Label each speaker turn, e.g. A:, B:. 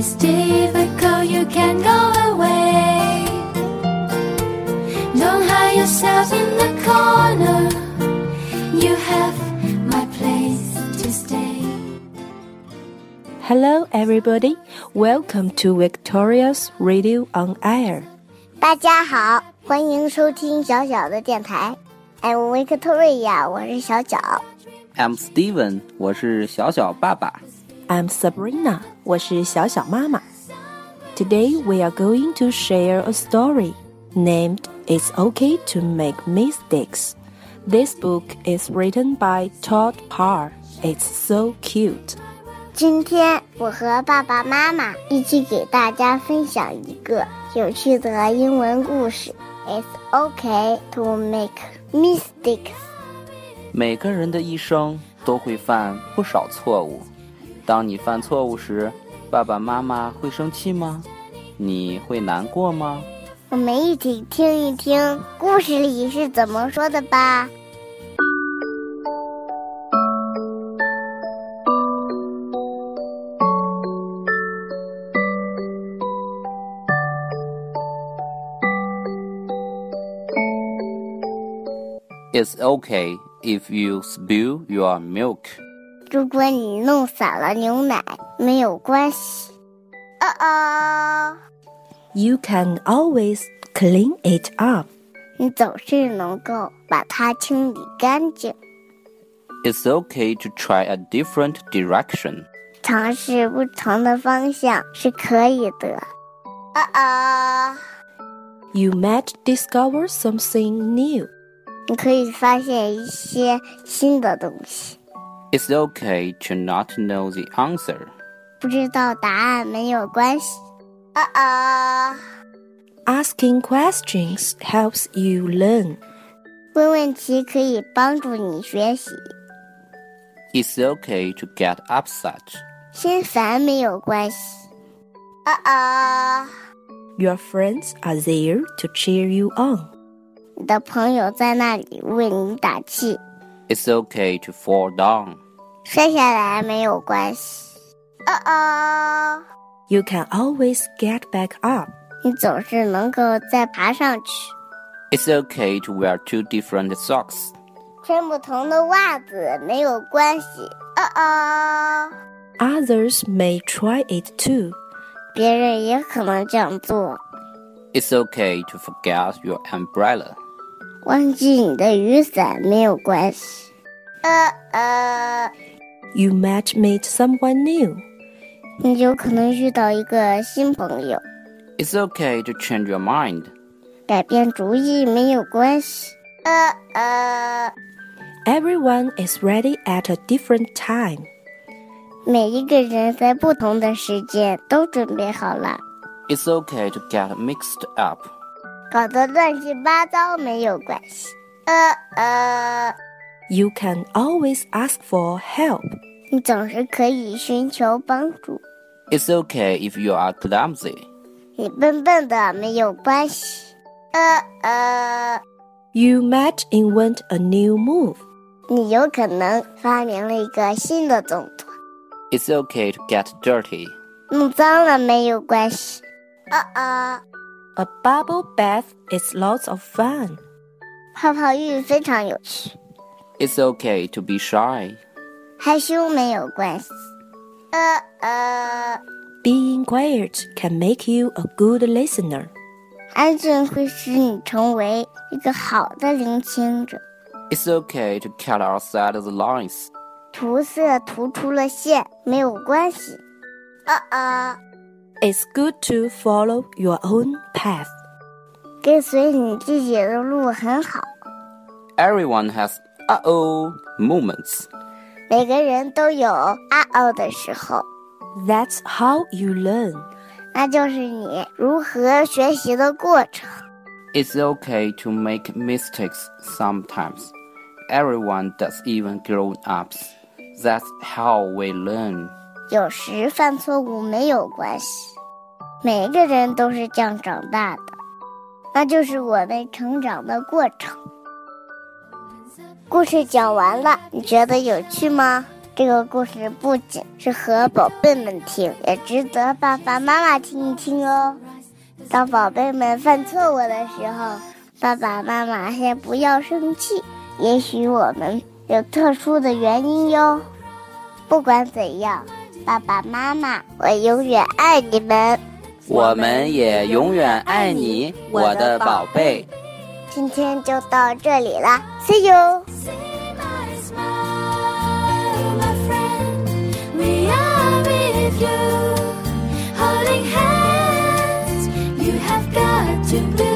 A: It's difficult, you can go away. Don't hide yourself in the corner. You have my place to stay.
B: Hello, everybody. Welcome to Victoria's Radio on Air.
C: 大家好，欢迎收听小小的电台。I'm Victoria，我是小小。
D: I'm Steven，我是小小爸爸。
B: I'm Sabrina. 我是小小妈妈。Today we are going to share a story named "It's Okay to Make Mistakes." This book is written by Todd Parr. It's so cute.
C: 今天我和爸爸妈妈一起给大家分享一个有趣的英文故事。It's okay to make mistakes。
D: 每个人的一生都会犯不少错误。当你犯错误时，爸爸妈妈会生气吗？你会难过吗？
C: 我们一起听一听故事里是怎么说的吧。
D: It's okay if you spill your milk.
C: 如果你弄散了牛奶，没有关系。哦哦，
B: You can always clean it up.
C: 你总是能够把它清理干净。
D: It's okay to try a different direction.
C: 尝试不同的方向是可以的。哦哦，
B: You might discover something new.
C: 你可以发现一些新的东西。
D: It's okay to not know the answer.
C: 不知道答案没有关系。哦哦，
B: Asking questions helps you learn.
C: 问问题可以帮助你学习。
D: It's okay to get upset.
C: 心烦没有关系。哦哦，
B: Your friends are there to cheer you on.
C: 你的朋友在那里为你打气，
D: It's okay to fall down.
C: 摔下来没有关系。哦哦，
B: You can always get back up.
C: 你总是能够再爬上去。
D: It's okay to wear two different socks.
C: 穿不同的袜子没有关系。哦哦，
B: Others may try it too.
C: 别人也可能这样做。
D: It's okay to forget your umbrella.
C: 忘记你的雨伞没有关系。呃呃，
B: You might meet someone new.
C: 你有可能遇到一个新朋友，
D: It's okay to change your mind.
C: 改变主意没有关系。呃呃，
B: Everyone is ready at a different time.
C: 每一个人在不同的时间都准备好了，
D: It's okay to get mixed up.
C: 搞得乱七八糟没有关系。呃呃，
B: You can always ask for help.
C: 你总是可以寻求帮助。
D: It's okay if you are clumsy.
C: 你笨笨的没有关系。呃呃，
B: You might invent a new move.
C: 你有可能发明了一个新的动作，
D: It's okay to get dirty.
C: 弄脏了没有关系。呃呃，
B: A bubble bath is lots of fun.
C: 泡泡浴非常有趣，
D: It's okay to be shy.
C: 害羞没有关系。呃呃，
B: Being quiet can make you a good listener.
C: 安静会使你成为一个好的聆听者。
D: It's okay to cut outside the lines.
C: 涂色涂出了线没有关系。呃呃，
B: It's good to follow your own path.
C: 跟随你自己的路很好，
D: Everyone has uh oh moments.
C: 每个人都有啊哦的时候。
B: That's how you learn.
C: 那就是你如何学习的过程。
D: It's okay to make mistakes sometimes. Everyone does, even grown ups. That's how we learn.
C: 有时犯错误没有关系，每个人都是这样长大的，那就是我们成长的过程。故事讲完了，你觉得有趣吗？这个故事不仅适合宝贝们听，也值得爸爸妈妈听一听哦。当宝贝们犯错误的时候，爸爸妈妈先不要生气，也许我们有特殊的原因哟。不管怎样，爸爸妈妈，我永远爱你们。
D: 我们也永远爱你，我的宝贝。
C: 今天就到这里啦，See you。
A: See my smile, my friend. We are with you, holding hands. You have got to be